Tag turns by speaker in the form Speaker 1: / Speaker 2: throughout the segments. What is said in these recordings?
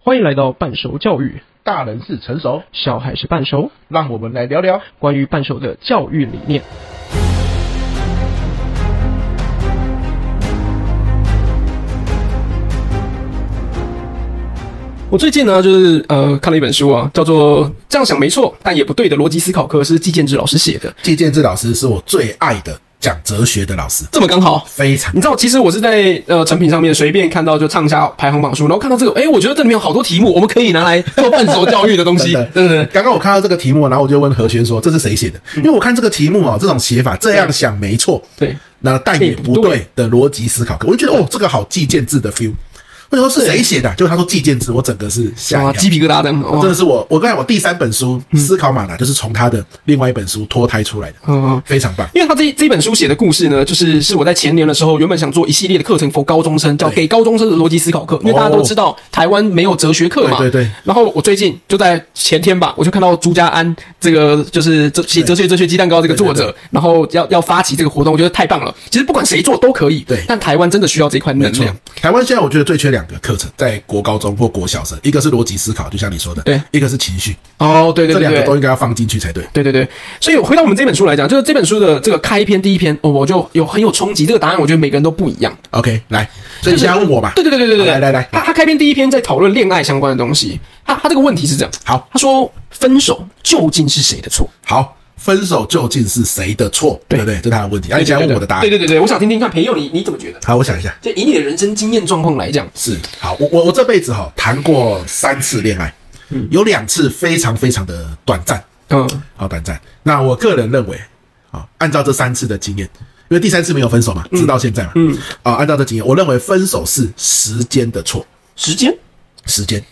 Speaker 1: 欢迎来到半熟教育，
Speaker 2: 大人是成熟，
Speaker 1: 小孩是半熟，
Speaker 2: 让我们来聊聊。
Speaker 1: 关于半熟的教育理念。我最近呢，就是呃看了一本书啊，叫做《这样想没错但也不对的逻辑思考课》，是季建志老师写的，
Speaker 2: 季建志老师是我最爱的讲哲学的老师，
Speaker 1: 这么刚好。
Speaker 2: 非常
Speaker 1: 你知道，其实我是在呃成品上面随便看到就畅销排行榜书，然后看到这个，哎、我觉得这里面有好多题目，我们可以拿来做半熟教育的 东西，
Speaker 2: 真的
Speaker 1: 对对对，
Speaker 2: 刚刚我看到这个题目，然后我就问何轩说：“这是谁写的？”因为我看这个题目啊、这种写法，这样想没错，
Speaker 1: 对，
Speaker 2: 那但也不
Speaker 1: 对
Speaker 2: 对的逻辑思考课，我就觉得哦，这个好季建志的 feel。我想说是谁写的啊、就他说季建志，我整个是吓
Speaker 1: 哇，
Speaker 2: 一
Speaker 1: 鸡嗯
Speaker 2: 跳。
Speaker 1: 皮疙瘩这样，哇
Speaker 2: 真的是我，我刚才我第三本书《思考马达》就是从他的另外一本书脱胎出来的，
Speaker 1: 嗯嗯。
Speaker 2: 非常棒。
Speaker 1: 因为他这这本书写的故事呢，就是是我在前年的时候，原本想做一系列的课程 for 高中生，叫给高中生的逻辑思考课，因为大家都知道台湾没有哲学课嘛。
Speaker 2: 对哦对对。
Speaker 1: 然后我最近就在前天吧，我就看到朱家安这个就是哲写哲学哲学鸡蛋糕这个作者，
Speaker 2: 对对
Speaker 1: 然后要要发起这个活动，我觉得太棒了。其实不管谁做都可以，
Speaker 2: 对
Speaker 1: 但台湾真的需要这一块能
Speaker 2: 没
Speaker 1: 量
Speaker 2: 错。台湾现在我觉得最缺两个课程，在国高中或国小生，一个是逻辑思考，就像你说的，
Speaker 1: 对
Speaker 2: 一个是情绪，
Speaker 1: 哦，对对对
Speaker 2: 这两个
Speaker 1: 对
Speaker 2: 都应该要放进去才对。
Speaker 1: 对对对，所以回到我们这本书来讲，就是这本书的这个开篇第一篇，哦，我就有很有冲击。这个答案我觉得每个人都不一样。
Speaker 2: OK，来，所以你现在问我吧。
Speaker 1: 对对对对对对，
Speaker 2: 好来来来
Speaker 1: 他他开篇第一篇在讨论恋爱相关的东西。他他这个问题是这样，
Speaker 2: 好
Speaker 1: 他说分手究竟是谁的错？
Speaker 2: 好，分手究竟是谁的错？
Speaker 1: 对
Speaker 2: 对不对？这是他的问题。啊，你现在问我的答
Speaker 1: 对
Speaker 2: 案。
Speaker 1: 对对对，我想听听看，培佑你你怎么觉得？
Speaker 2: 好，我想一下，
Speaker 1: 就以你的人生经验状况来讲，
Speaker 2: 是好，我我我这辈子哈谈过三次恋爱，有两次非常非常的短暂，
Speaker 1: 嗯，
Speaker 2: 好短暂。那我个人认为，啊，按照这三次的经验，因为第三次没有分手嘛，直到现在嘛，嗯，啊，按照这经验，我认为分手是时间的错。
Speaker 1: 时间，
Speaker 2: 时间。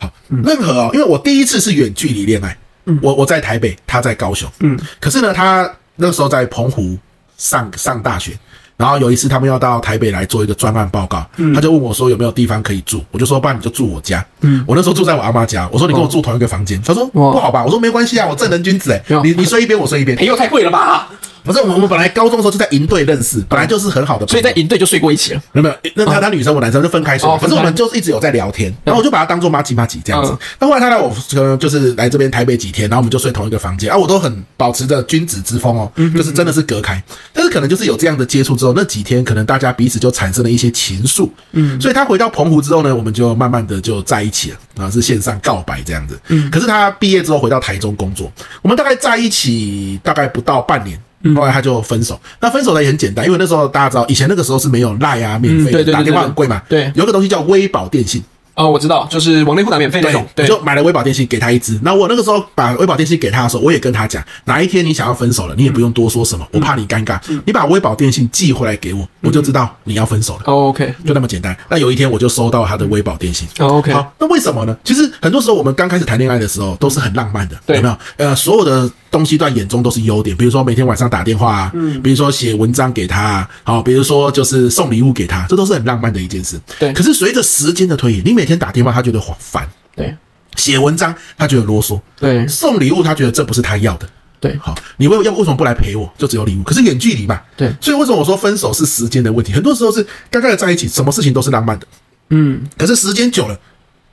Speaker 2: 好，
Speaker 1: 嗯
Speaker 2: 任何哦，因为我第一次是远距离恋爱，我我在台北，他在高雄，嗯，可是呢，他那时候在澎湖上上大学。然后有一次，他们要到台北来做一个专案报告，
Speaker 1: 嗯
Speaker 2: 他就问我说有没有地方可以住，我就说不然你就住我家。嗯，我那时候住在我阿妈家，我说你跟我住同一个房间，他说
Speaker 1: 哇
Speaker 2: 不好吧，我说没关系啊，我正人君子哎、
Speaker 1: 没有哎
Speaker 2: 你你睡一边我睡一边。
Speaker 1: 培佑太贵了吧？
Speaker 2: 不是我们我们本来高中的时候就在营队认识，本来就是很好的朋
Speaker 1: 所
Speaker 2: 友，
Speaker 1: 以在营队就睡过一起了。
Speaker 2: 没有没有，那他他女生我男生就分开睡
Speaker 1: 哦，
Speaker 2: 可
Speaker 1: 分
Speaker 2: 是
Speaker 1: 开
Speaker 2: 我们就是一直有在聊天，然后我就把他当做妈吉妈吉这样子
Speaker 1: 嗯。
Speaker 2: 那后来他来我呃就是来这边台北几天，然后我们就睡同一个房间啊，我都很保持着君子之风哦，就是真的是隔开。但是可能就是有这样的接触之后，那几天可能大家彼此就产生了一些情愫，嗯，所以他回到澎湖之后呢，我们就慢慢的就在一起了，然后是线上告白这样子。嗯，可是他毕业之后回到台中工作，我们大概在一起大概不到半年。后来他就分手，那分手呢也很简单，因为那时候大家知道，以前那个时候是没有赖啊、免
Speaker 1: 嗯对
Speaker 2: 费
Speaker 1: 对
Speaker 2: 的，
Speaker 1: 对
Speaker 2: 打电话
Speaker 1: 对
Speaker 2: 很贵嘛。
Speaker 1: 对
Speaker 2: 有一个东西叫微保电信，
Speaker 1: 哦，我知道，就是往内互打免费那种。
Speaker 2: 我
Speaker 1: 对，
Speaker 2: 就买了微保电信给他一支。那我那个时候把微保电信给他的时候，我也跟他讲，哪一天你想要分手了，你也不用多说什么，我怕你尴尬，
Speaker 1: 嗯
Speaker 2: 你把微保电信寄回来给我，我就知道你要分手了。
Speaker 1: 哦，OK，
Speaker 2: 就那么简单。那有一天我就收到他的微保电信。
Speaker 1: 哦，OK
Speaker 2: 好，那为什么呢？其实很多时候我们刚开始谈恋爱的时候都是很浪漫的，
Speaker 1: 对
Speaker 2: 有没有？呃，所有的东西段眼中都是优点，比如说每天晚上打电话啊，嗯，比如说写文章给他啊，好，比如说就是送礼物给他，这都是很浪漫的一件事。
Speaker 1: 对
Speaker 2: 可是随着时间的推移，你每天打电话，他觉得烦。
Speaker 1: 对
Speaker 2: 写文章他觉得啰嗦，
Speaker 1: 对
Speaker 2: 送礼物他觉得这不是他要的。
Speaker 1: 对
Speaker 2: 好，你为要为什么不来陪我？就只有礼物，可是远距离嘛，
Speaker 1: 对
Speaker 2: 所以为什么我说分手是时间的问题？很多时候是刚开始在一起，什么事情都是浪漫的，嗯，可是时间久了，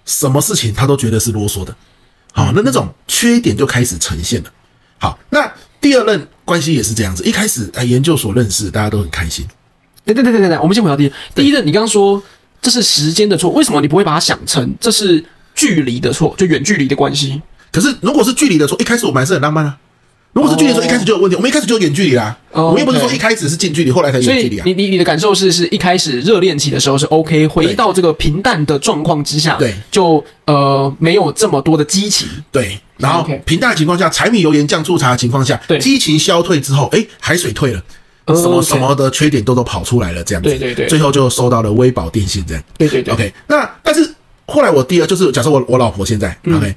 Speaker 2: 什么事情他都觉得是啰嗦的，好，那那种缺点就开始呈现了。好，那第二任关系也是这样子，一开始哎研究所认识，大家都很开心，
Speaker 1: 对对对对对，我们先回到第一第一任，你刚刚说这是时间的错，为什么你不会把它想成这是距离的错，就远距离的关系？
Speaker 2: 可是如果是距离的说，一开始我们还是很浪漫啊。如果是距离的时
Speaker 1: 哦
Speaker 2: 候，一开始就有问题，我们一开始就远距离啦。
Speaker 1: 哦
Speaker 2: 我们又不是
Speaker 1: OK
Speaker 2: 说一开始是近距离，后来才
Speaker 1: 所
Speaker 2: 远距离
Speaker 1: 以
Speaker 2: 啊
Speaker 1: 你。你你的感受是，是一开始热恋期的时候是 OK，回到这个平淡的状况之下，
Speaker 2: 对
Speaker 1: 就呃没有这么多的激情，
Speaker 2: 对，然后
Speaker 1: OK
Speaker 2: 平淡的情况下，柴米油盐酱醋茶的情况下
Speaker 1: 对，
Speaker 2: 激情消退之后，哎，海水退了，
Speaker 1: 哦
Speaker 2: 什么
Speaker 1: OK
Speaker 2: 什么的缺点都都跑出来了，这样子。
Speaker 1: 对对对
Speaker 2: 最后就收到了微保电信这样。
Speaker 1: 对对对
Speaker 2: OK，那但是后来我第二就是，假设我我老婆现在 OK，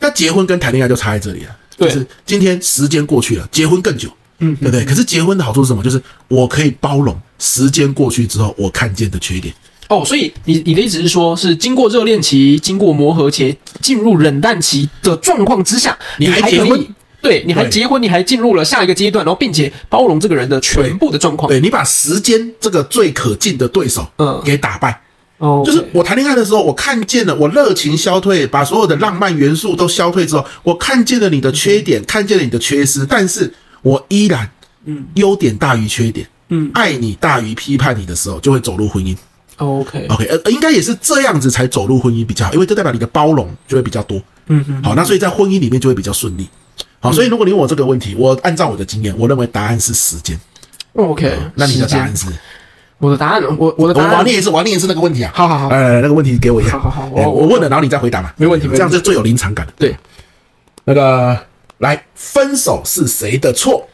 Speaker 2: 那结婚跟谈恋爱就差在这里了，
Speaker 1: 嗯
Speaker 2: 就
Speaker 1: 对
Speaker 2: 是今天时间过去了，结婚更久，嗯，对不对？可是结婚的好处是什么？就是我可以包容时间过去之后我看见的缺点。
Speaker 1: 哦，所以你你的意思是说，是经过热恋期、经过磨合期、进入冷淡期的状况之下，
Speaker 2: 你还
Speaker 1: 还
Speaker 2: 结
Speaker 1: 可以
Speaker 2: 婚？
Speaker 1: 对，你还
Speaker 2: 对
Speaker 1: 结婚，你还进入了下一个阶段，然后并且包容这个人的全部的状况。
Speaker 2: 对你把时间这个最可敬的对手，
Speaker 1: 哦嗯
Speaker 2: 给打败，
Speaker 1: 哦
Speaker 2: 就是我谈恋爱的时候，我看见了我热情消退，把所有的浪漫元素都消退之后，我看见了你的缺点，看见了你的缺失，但是我依然，嗯，优点大于缺点，嗯，爱你大于批判你的时候，就会走入婚姻。
Speaker 1: OK，
Speaker 2: OK，呃，呃应该也是这样子才走入婚姻比较好，因为这代表你的包容就会比较多。嗯嗯。好，那所以在婚姻里面就会比较顺利。好，所以如果你问我这个问题，我按照我的经验，我认为答案是时间。
Speaker 1: OK，
Speaker 2: 啊那你的答
Speaker 1: 时
Speaker 2: 案
Speaker 1: 间
Speaker 2: 是？
Speaker 1: 我的答案，我我的
Speaker 2: 我
Speaker 1: 答
Speaker 2: 我要
Speaker 1: 案，
Speaker 2: 念一次，我要念一次那个问题啊。
Speaker 1: 好好好
Speaker 2: 呃，那个问题给我一下。
Speaker 1: 好好好我
Speaker 2: 哎我问了，然后你再回答嘛。
Speaker 1: 没问题没问题
Speaker 2: 这样就最有临场感。
Speaker 1: 对，
Speaker 2: 那个来，分手是谁的错？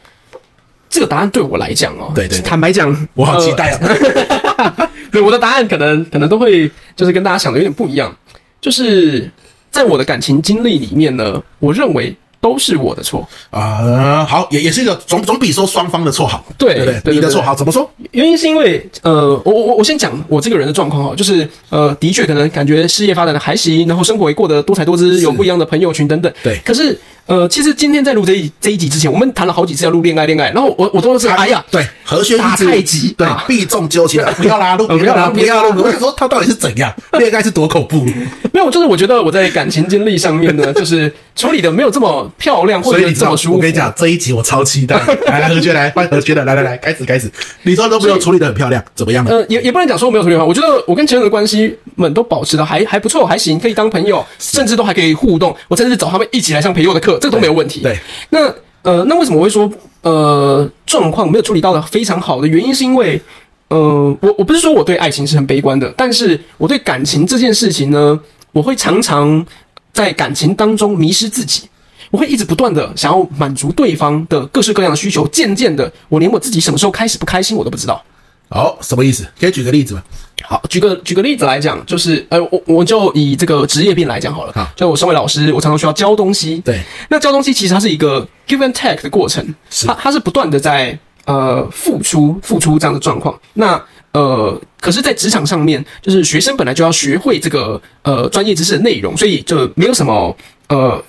Speaker 1: 这个答案对我来讲哦，
Speaker 2: 对对对
Speaker 1: 坦白讲，
Speaker 2: 我好期待啊！
Speaker 1: 对我的答案可能可能都会就是跟大家想的有点不一样，就是在我的感情经历里面呢，我认为都是我的错。
Speaker 2: 啊，好，也也是一个总总比说双方的错好。
Speaker 1: 对
Speaker 2: 对不
Speaker 1: 对
Speaker 2: 你的
Speaker 1: 对
Speaker 2: 错
Speaker 1: 对
Speaker 2: 好，怎么说？
Speaker 1: 原因是因为，呃，我我我先讲我这个人的状况哈，就是呃，的确可能感觉事业发展的还行，然后生活也过得多彩多姿，有不一样的朋友群等等。
Speaker 2: 对
Speaker 1: 可是呃，其实今天在录这一这一集之前，我们谈了好几次要录恋爱恋爱，然后我我都是哎呀，
Speaker 2: 对，和轩
Speaker 1: 打
Speaker 2: 一直
Speaker 1: 太极
Speaker 2: 对
Speaker 1: 啊，
Speaker 2: 避重就轻，不要拉路，
Speaker 1: 呃
Speaker 2: 不要拉 路，
Speaker 1: 不
Speaker 2: 不
Speaker 1: 要
Speaker 2: 要
Speaker 1: 拉
Speaker 2: 拉
Speaker 1: 路
Speaker 2: 路。我想说，他到底是怎 样？恋爱是多恐怖？
Speaker 1: 没有，就是我觉得我在感情经历上面呢，就是处理的没有这么漂亮，或
Speaker 2: 所以
Speaker 1: 者
Speaker 2: 你知
Speaker 1: 这
Speaker 2: 道
Speaker 1: 么，舒
Speaker 2: 我
Speaker 1: 服
Speaker 2: 跟你。讲，这一集我超期待。 来来，和轩来，换和轩的，来来来，开始开始。你说都没有处理的很漂亮，怎么样呢？
Speaker 1: 呃，也也不能讲说我没有处理好，我觉得我跟前任的关系们都保持的还还不错，还行，可以当朋友，甚至都还可以互动。我甚至找他们一起来上培佑的课，这个都没有问题。
Speaker 2: 对，
Speaker 1: 那呃，那为什么我会说呃状况没有处理到的非常好的原因，是因为呃，我我不是说我对爱情是很悲观的，但是我对感情这件事情呢，我会常常在感情当中迷失自己。我会一直不断的想要满足对方的各式各样的需求，渐渐的，我连我自己什么时候开始不开心我都不知道。
Speaker 2: 哦，什么意思？可以举个例子吗？
Speaker 1: 好，举个举个例子来讲，就是呃，我我就以这个职业病来讲好了。
Speaker 2: 好
Speaker 1: 就我身为老师，我常常需要教东西。
Speaker 2: 对，
Speaker 1: 那教东西其实它是一个 give and take 的过程，
Speaker 2: 是
Speaker 1: 它它是不断的在呃付出付出这样的状况。那呃，可是，在职场上面，就是学生本来就要学会这个呃专业知识的内容，所以就没有什么呃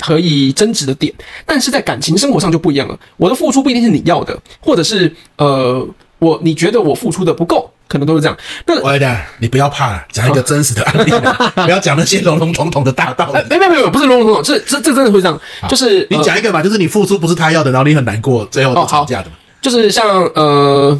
Speaker 1: 可以争执的点。但是在感情生活上就不一样了，我的付出不一定是你要的，或者是呃我你觉得我付出的不够，可能都是这样。那
Speaker 2: 我讲，你不要怕了，讲一个真实的案例 吧，不要讲那些笼笼统统的大道理
Speaker 1: 哎，。没没没有，不是笼笼统，这这这真的会这样，就是
Speaker 2: 你
Speaker 1: 呃
Speaker 2: 讲一个嘛，就是你付出不是他要的，然后你很难过，最后
Speaker 1: 哦
Speaker 2: 就
Speaker 1: 好
Speaker 2: 吵架的嘛。
Speaker 1: 就是像呃，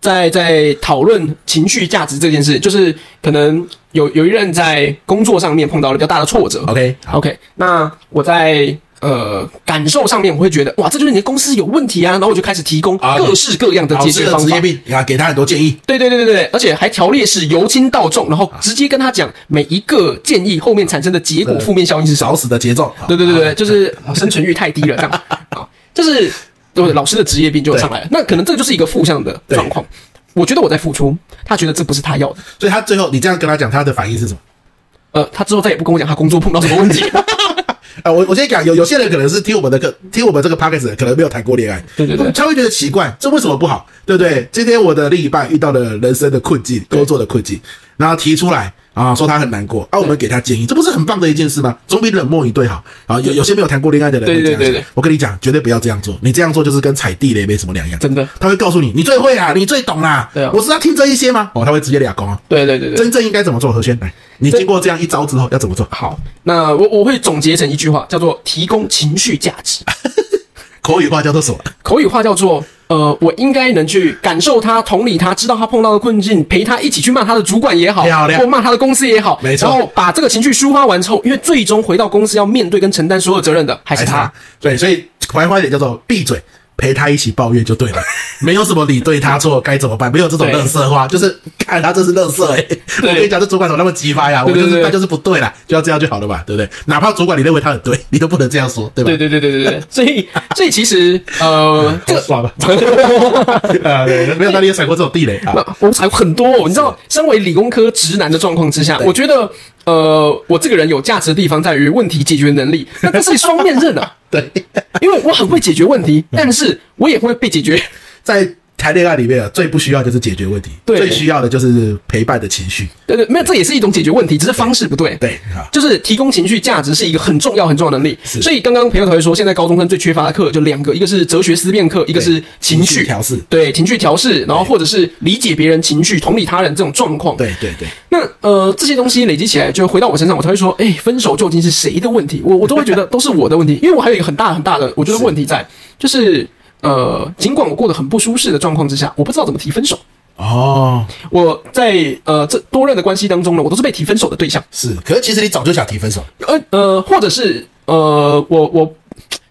Speaker 1: 在在讨论情绪价值这件事，就是可能有有一任在工作上面碰到了比较大的挫折。
Speaker 2: OK，好
Speaker 1: OK，那我在呃感受上面，我会觉得哇，这就是你的公司有问题啊，然后我就开始提供
Speaker 2: 啊
Speaker 1: 各式各样的
Speaker 2: 老
Speaker 1: 解
Speaker 2: 师
Speaker 1: 决
Speaker 2: 的
Speaker 1: 方
Speaker 2: 职
Speaker 1: 法
Speaker 2: 业。病，啊，给他很多建议。
Speaker 1: 对对对对对，而且还条列式由轻到重，然
Speaker 2: 啊
Speaker 1: 后直接跟他讲每一个建议后面产生的结果
Speaker 2: 对
Speaker 1: 负面效应是什么。
Speaker 2: 找死的节奏，好
Speaker 1: 对对对对，就是哦生存欲太低了，这 样啊，就是对老师的职业病就上来了。那可能这就是一个负向的状况。我觉得我在付出，他觉得这不是他要的。
Speaker 2: 所以他最后你这样跟他讲，他的反应是什么？
Speaker 1: 呃，他之后再也不跟我讲他工作碰到什么问题。
Speaker 2: 啊，我我先讲，有有些人可能是听我们的课，听我们这个 p o d c a s t 可能没有谈过恋爱，
Speaker 1: 对对对
Speaker 2: 他会觉得奇怪，这为什么不好，对不对？今天我的另一半遇到了人生的困境，工作的困境，然后提出来啊，说他很难过，啊，我们给他建议，这不是很棒的一件事吗？总比冷漠以对好啊。有有些没有谈过恋爱的人会
Speaker 1: 对
Speaker 2: 这
Speaker 1: 对
Speaker 2: 样
Speaker 1: 对
Speaker 2: 想
Speaker 1: 对对
Speaker 2: 我跟你讲，绝对不要这样做，你这样做就是跟踩地雷没什么两样，
Speaker 1: 真的
Speaker 2: 他会告诉你，你最会啦，你最懂啦，
Speaker 1: 对啊
Speaker 2: 我是要听这一些吗？哦，他会直接俩攻啊。
Speaker 1: 对对对对，
Speaker 2: 真正应该怎么做？何轩，来，你经过这样一招之后要怎么做？
Speaker 1: 好，那我我会总结成一句话，叫做提供情绪价值。
Speaker 2: 口语化叫做什么？
Speaker 1: 口语化叫做呃，我应该能去感受他、同理他，知道他碰到的困境，陪他一起去骂他的主管也好，
Speaker 2: 漂亮
Speaker 1: 或骂他的公司也好，
Speaker 2: 没错
Speaker 1: 然后把这个情绪抒发完之后，因为最终回到公司要面对跟承担所有责任的还是他。。
Speaker 2: 对，所以怀怀点叫做闭嘴，陪他一起抱怨就对 了，没有什么你对他错该怎么办，没有这种
Speaker 1: 对
Speaker 2: 乐色话，就是看他这是乐色哎。我
Speaker 1: 对
Speaker 2: 跟你讲，这主管怎么那么鸡巴呀？我
Speaker 1: 对对
Speaker 2: 就是
Speaker 1: 对
Speaker 2: 他就是不对啦，就要这样就好了嘛，对不对？哪怕主管你认为他很对，你都不能这样说，对吧？
Speaker 1: 对对对对对对，所以所以其实呃，这
Speaker 2: 好
Speaker 1: 个
Speaker 2: 爽啊！啊，对，没有哪里有闪过这种地雷啊。
Speaker 1: 我踩过很多、哦，你知道，身为理工科直男的状况之下，我觉得呃，我这个人有价值的地方在于问题解决能力，那这是双面刃啊，
Speaker 2: 对，
Speaker 1: 因为我很会解决问题，但是我也会被解决。
Speaker 2: 在谈恋爱里面啊，最不需要就是解决问题，
Speaker 1: 对
Speaker 2: 最需要的就是陪伴的情绪。
Speaker 1: 对对，没有，这也是一种解决问题，只是方式不对。
Speaker 2: 对啊，
Speaker 1: 就是提供情绪价值是一个很重要很重要的能力。
Speaker 2: 是
Speaker 1: 所以刚刚朋友才会说，现在高中生最缺乏的课就两个，一个是哲学思辨课，一个是情绪
Speaker 2: 调试。
Speaker 1: 对情绪调试，然后或者是理解别人情绪、同理他人这种状况。
Speaker 2: 对对对，
Speaker 1: 那呃，这些东西累积起来，就回到我身上，我才会说，哎、分手究竟是谁的问题？我我都会觉得都是我的问题，因为我还有一个很大很大的，我觉得问题在就是呃，尽管我过得很不舒适的状况之下，我不知道怎么提分手。
Speaker 2: 哦，
Speaker 1: 我在呃这多任的关系当中呢，我都是被提分手的对象，
Speaker 2: 是。可是其实你早就想提分手，
Speaker 1: 呃呃，或者是呃，我我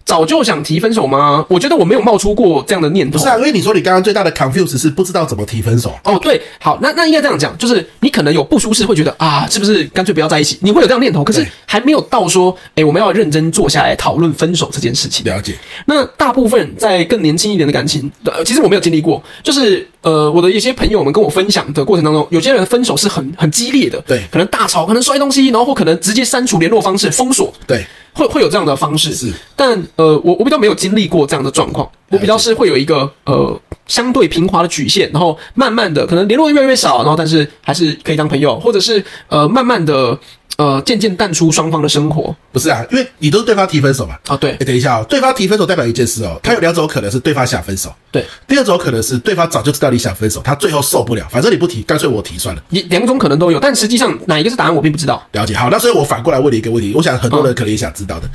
Speaker 1: 早就想提分手吗？我觉得我没有冒出过这样的念头。
Speaker 2: 不是啊？因为你说你刚刚最大的 confuse 是不知道怎么提分手。
Speaker 1: 哦，对，好，那那应该这样讲，就是你可能有不舒适，会觉得啊，是不是干脆不要在一起？你会有这样念头，可是
Speaker 2: 对
Speaker 1: 还没有到说，哎，我们要认真坐下来讨论分手这件事情。
Speaker 2: 了解，
Speaker 1: 那大部分在更年轻一点的感情，呃，其实我没有经历过，就是呃，我的一些朋友们跟我分享的过程当中，有些人分手是很很激烈的，
Speaker 2: 对
Speaker 1: 可能大吵，可能摔东西，然后或可能直接删除联络方式，封锁，
Speaker 2: 对，
Speaker 1: 会会有这样的方式，
Speaker 2: 是，
Speaker 1: 但呃，我我比较没有经历过这样的状况，我比较是会有一个呃相对平滑的曲线，然后慢慢的可能联络越来越少，然后但是还是可以当朋友，或者是呃慢慢的呃渐渐淡出双方的生活
Speaker 2: 不是啊？因为你都是对方提分手嘛。
Speaker 1: 啊，对
Speaker 2: 哎，等一下哦，对方提分手代表一件事哦，他有两种可能是对方想分手，
Speaker 1: 对，
Speaker 2: 第二种可能是对方早就知道你想分手，他最后受不了，反正你不提，干脆我提算了。
Speaker 1: 也两种可能都有，但实际上哪一个是答案我并不知道。
Speaker 2: 了解，好，那所以我反过来问你一个问题，我想很多人可能也想知道的。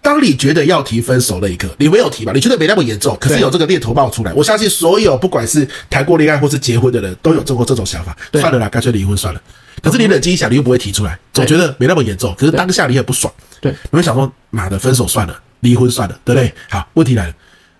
Speaker 2: 当你觉得要提分手那一刻，你没有提吧？你觉得没那么严重，可是
Speaker 1: 对
Speaker 2: 有这个念头冒出来。我相信所有不管是谈过恋爱或是结婚的人都有这过这种想法，
Speaker 1: 对
Speaker 2: 算了啦，干脆离婚算了。可是你冷静一想，你又不会提出来，总觉得没那么严重。可是当下你很不爽，
Speaker 1: 对，
Speaker 2: 你会想说，妈的，分手算了，离婚算了，对不对？好，问题来了，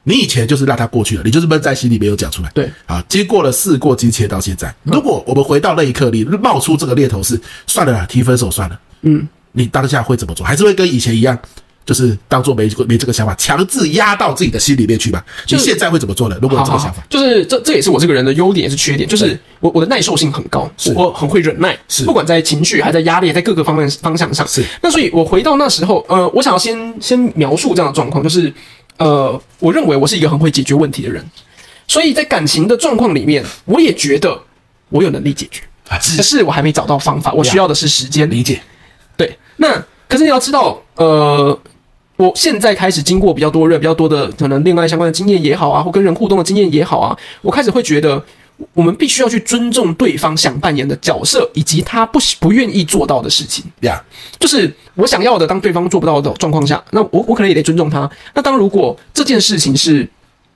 Speaker 2: 你以前就是让它过去了，你就是闷在心里没有讲出来。
Speaker 1: 对
Speaker 2: 好，经过了事过境迁到现在，如果我们回到那一刻，你冒出这个念头是算了啦，提分手算了，嗯，你当下会怎么做？还是会跟以前一样？就是当做没没这个想法，强制压到自己的心里面去吧。你
Speaker 1: 是
Speaker 2: 现在会怎么做呢？如果有
Speaker 1: 好
Speaker 2: 这
Speaker 1: 好
Speaker 2: 个想
Speaker 1: 好
Speaker 2: 法，，
Speaker 1: 就是这这也是我这个人的优点也是缺点，就是
Speaker 2: 对
Speaker 1: 我我的耐受性很高，我我很会忍耐，
Speaker 2: 是
Speaker 1: 不管在情绪还在压力，在各个方面方向上
Speaker 2: 是。
Speaker 1: 那所以，我回到那时候，呃，我想要先先描述这样的状况，就是呃，我认为我是一个很会解决问题的人，所以在感情的状况里面，我也觉得我有能力解决，只是我还没找到方法，我需要的是时间。
Speaker 2: 理解
Speaker 1: 对，那可是你要知道，呃，我现在开始经过比较多人、比较多的可能恋爱相关的经验也好啊，或跟人互动的经验也好啊，我开始会觉得，我们必须要去尊重对方想扮演的角色，以及他不不愿意做到的事情。
Speaker 2: 呀，
Speaker 1: 就是我想要的，当对方做不到的状况下，那我我可能也得尊重他。那当如果这件事情是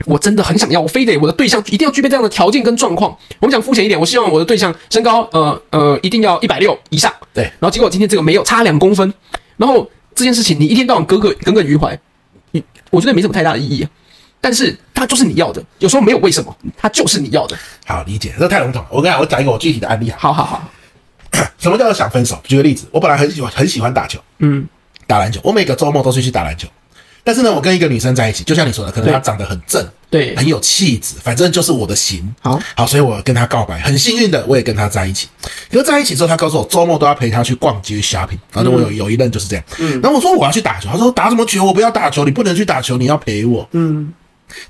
Speaker 1: 我真的很想要，我非得我的对象一定要具备这样的条件跟状况。我们讲肤浅一点，我希望我的对象身高呃呃一定要一百六以上。
Speaker 2: 对
Speaker 1: 然后结果今天这个没有，差两公分。然后这件事情你一天到晚耿耿耿耿于怀，你我觉得没什么太大的意义、啊但是它就是你要的，有时候没有为什么，它就是你要的。
Speaker 2: 好理解，这太笼统了。我跟你讲，我讲一个我具体的案例啊。
Speaker 1: 好好好，
Speaker 2: 什么叫做想分手？举个例子，我本来很喜欢很喜欢打球，
Speaker 1: 嗯，
Speaker 2: 打篮球，我每个周末都是去打篮球。但是呢，我跟一个女生在一起，就像你说的，可能
Speaker 1: 对
Speaker 2: 她长得很正，
Speaker 1: 对
Speaker 2: 很有气质，反正就是我的型。
Speaker 1: 好
Speaker 2: 好，所以我跟她告白，很幸运的，我也跟她在一起。可是在一起之后，她告诉我周末都要陪她去逛街 shopping，反正我有、有一任就是这样。嗯，然后我说我要去打球，她说打什么球？我不要打球，你不能去打球，你要陪我。
Speaker 1: 嗯，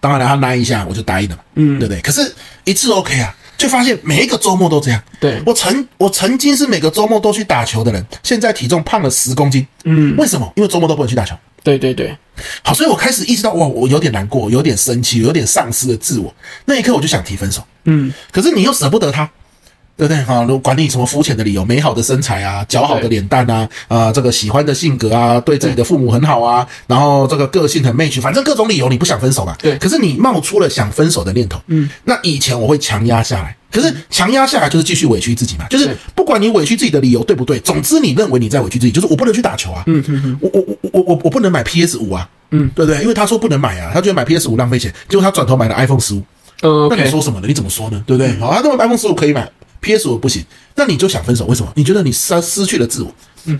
Speaker 2: 当然了，她拉一下我就答应了嘛，嗯，对不对？可是一次 OK 啊，就发现每一个周末都这样。
Speaker 1: 对
Speaker 2: 我曾我曾经是每个周末都去打球的人，现在体重胖了十公斤，嗯，为什么？因为周末都不能去打球。
Speaker 1: 对对对，
Speaker 2: 好，所以我开始意识到，哇，我有点难过，有点生气，有点丧失了自我。那一刻我就想提分手，
Speaker 1: 嗯，
Speaker 2: 可是你又舍不得他，对不对？哈、管你什么肤浅的理由，美好的身材啊，姣好的脸蛋啊，啊、这个喜欢的性格啊，对自己的父母很好啊，然后这个个性很 match，反正各种理由你不想分手嘛。
Speaker 1: 对
Speaker 2: 可是你冒出了想分手的念头，嗯，那以前我会强压下来。可是强压下来就是继续委屈自己嘛，就是
Speaker 1: 对
Speaker 2: 不管你委屈自己的理由对不对，总之你认为你在委屈自己，就是我不能去打球啊，嗯嗯嗯，我我我我我我不能买 PS 五啊，嗯，对不对？因为他说不能买啊，他觉得买 PS 五浪费钱，结果他转头买了 iPhone 十五，
Speaker 1: 呃，
Speaker 2: 那你
Speaker 1: OK 嗯
Speaker 2: 说什么呢？你怎么说呢？对不对？好，他认为 iPhone 十五可以买，PS 五不行，那你就想分手？为什么？你觉得你失失去了自我？
Speaker 1: 嗯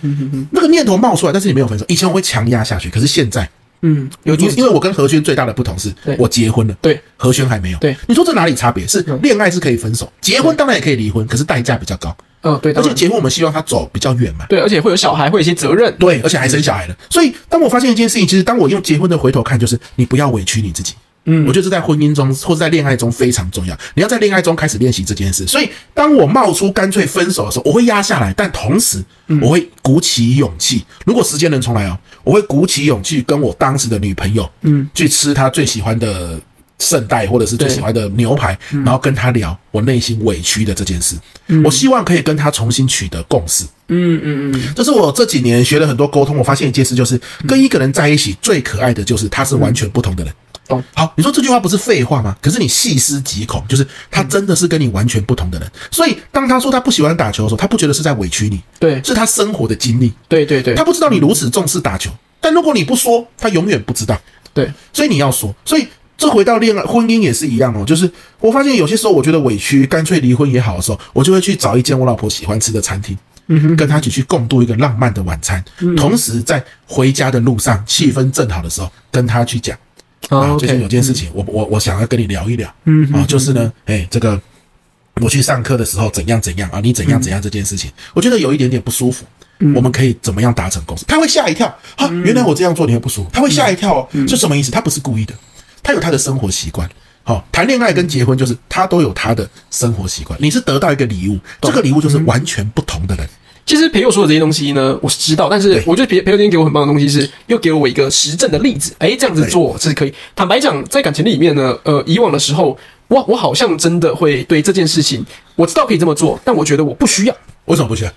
Speaker 2: 那个念头冒出来，但是你没有分手。以前我会强压下去，可是现在，
Speaker 1: 嗯，有
Speaker 2: 因
Speaker 1: 主
Speaker 2: 为因为我跟何轩最大的不同是
Speaker 1: 对，
Speaker 2: 我结婚了，
Speaker 1: 对，
Speaker 2: 何轩还没有。
Speaker 1: 对嗯
Speaker 2: 你说这哪里差别？是恋爱是可以分手，结婚当然也可以离婚，可是代价比较高。
Speaker 1: 呃，对，
Speaker 2: 而
Speaker 1: 当
Speaker 2: 且
Speaker 1: 然
Speaker 2: 结婚我们希望他走比较远嘛，
Speaker 1: 对，而且会有小孩，会有一些责任。
Speaker 2: 对，而且还生小孩了。所以当我发现一件事情，其实当我用结婚的回头看，就是你不要委屈你自己。嗯，我觉得是在婚姻中或是在恋爱中非常重要。你要在恋爱中开始练习这件事。所以，当我冒出干脆分手的时候，我会压下来，但同时
Speaker 1: 嗯
Speaker 2: 我会鼓起勇气。如果时间能重来哦，我会鼓起勇气跟我当时的女朋友，嗯，去吃她最喜欢的圣代或者是最喜欢的牛排，
Speaker 1: 嗯
Speaker 2: 然后跟她聊我内心委屈的这件事。我希望可以跟她重新取得共识。
Speaker 1: 嗯嗯嗯，
Speaker 2: 这是我这几年学了很多沟通，我发现一件事，就是跟一个人在一起最可爱的就是他是完全不同的人。
Speaker 1: 懂
Speaker 2: 好，你说这句话不是废话吗？可是你细思极恐，就是他真的是跟你完全不同的人。所以当他说他不喜欢打球的时候，他不觉得是在委屈你，
Speaker 1: 对
Speaker 2: 是他生活的经历。
Speaker 1: 对对对
Speaker 2: 他不知道你如此重视打球，但如果你不说，他永远不知道。
Speaker 1: 对，
Speaker 2: 所以你要说，所以这回到恋爱、婚姻也是一样哦。就是我发现有些时候我觉得委屈，干脆离婚也好的时候，我就会去找一间我老婆喜欢吃的餐厅，嗯哼，嗯跟她一起去共度一个浪漫的晚餐。同时在回家的路上，气氛正好的时候，跟她去讲
Speaker 1: 啊
Speaker 2: 最近有
Speaker 1: ，OK，
Speaker 2: 件事情，我我我想要跟你聊一聊，嗯啊，就是呢，哎，这个我去上课的时候怎样怎样啊，你怎样怎样这件
Speaker 1: 嗯
Speaker 2: 事情，我觉得有一点点不舒服。我们可以怎么样达成共识？他会吓一跳啊！
Speaker 1: 嗯
Speaker 2: 原来我这样做你会不舒服，他会吓一跳哦。是什么意思？他不是故意的，他有他的生活习惯。好、谈恋爱跟结婚就是他都有他的生活习惯。你是得到一个礼物，这个礼物
Speaker 1: 嗯
Speaker 2: 就是完全不同的人。
Speaker 1: 其实培佑说的这些东西呢，我是知道，但是
Speaker 2: 对
Speaker 1: 我觉得培培佑今天给我很棒的东西是，又给了我一个实证的例子。哎，这样子
Speaker 2: 对
Speaker 1: 做是可以。坦白讲，在感情里面呢，呃，以往的时候，我我好像真的会对这件事情，我知道可以这么做，但我觉得我不需要。
Speaker 2: 为什么不需要？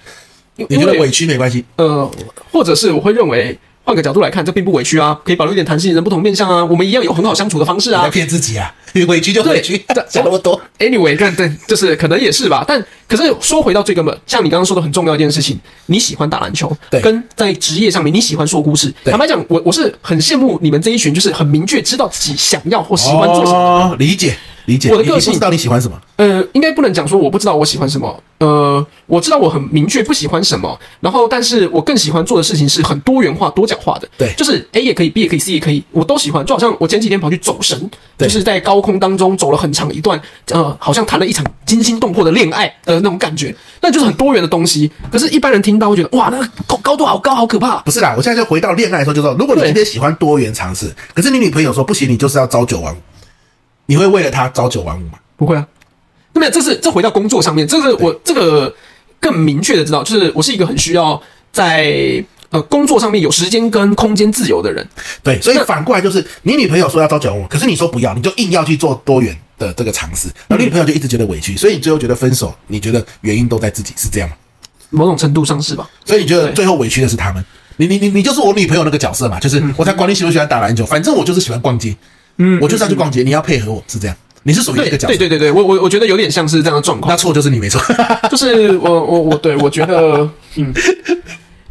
Speaker 1: 因
Speaker 2: 你觉得
Speaker 1: 因为
Speaker 2: 委屈没关系？
Speaker 1: 呃，或者是我会认为，换个角度来看，这并不委屈啊，可以保留一点弹性，人不同面相啊，我们一样有很好相处的方式
Speaker 2: 你
Speaker 1: 啊
Speaker 2: 在。骗自己啊！ 你委屈就委屈
Speaker 1: 对，
Speaker 2: 想那么多。
Speaker 1: Anyway，但但就是可能也是吧，但可是说回到最根本，像你刚刚说的很重要一件事情，你喜欢打篮球，
Speaker 2: 对
Speaker 1: 跟在职业上面你喜欢说故事。
Speaker 2: 对
Speaker 1: 坦白讲，我我是很羡慕你们这一群，就是很明确知道自己想要或喜欢做什么。
Speaker 2: 哦，理解理解。
Speaker 1: 我的
Speaker 2: 你
Speaker 1: 个
Speaker 2: 你
Speaker 1: 性
Speaker 2: 不知道你喜欢什么，
Speaker 1: 呃，应该不能讲说我不知道我喜欢什么，呃，我知道我很明确不喜欢什么，然后但是我更喜欢做的事情是很多元化、多角化的。
Speaker 2: 对
Speaker 1: 就是 A 也可以，B 也可以，C 也可以，我都喜欢。就好像我前几天跑去走神，
Speaker 2: 对
Speaker 1: 就是在高空当中走了很长一段，呃，好像谈了一场惊心动魄的恋爱的那种感觉，那就是很多元的东西。可是，一般人听到会觉得哇，那个高高度好高，好可怕。啊
Speaker 2: 不是啦。我现在就回到恋爱的时候，就说，如果你
Speaker 1: 对
Speaker 2: 今天喜欢多元尝试，可是你女朋友说不行，你就是要朝九晚五，你会为了她朝九晚五吗？
Speaker 1: 不会啊，那么这是这回到工作上面，这个我这个更明确的知道，就是我是一个很需要在呃工作上面有时间跟空间自由的人。
Speaker 2: 对，所以
Speaker 1: 那
Speaker 2: 反过来就是你女朋友说要朝九晚五，可是你说不要，你就硬要去做多元的这个尝
Speaker 1: 嗯
Speaker 2: 试，然后你女朋友就一直觉得委屈，所以你最后觉得分手，你觉得原因都在自己，是这样吗？
Speaker 1: 某种程度上是吧？
Speaker 2: 所以你觉得
Speaker 1: 对
Speaker 2: 最后委屈的是他们？你你你你就是我女朋友那个角色嘛，就是
Speaker 1: 嗯
Speaker 2: 我才管你喜不喜欢打篮球，反正我就是喜欢逛街，嗯，我就是要去逛街，你要配合我，是这样，你是属于
Speaker 1: 对
Speaker 2: 那个角色，
Speaker 1: 对对对对，我我我觉得有点像是这样的状况
Speaker 2: 那，错就是你 没错，
Speaker 1: 就是我我我对我觉得嗯。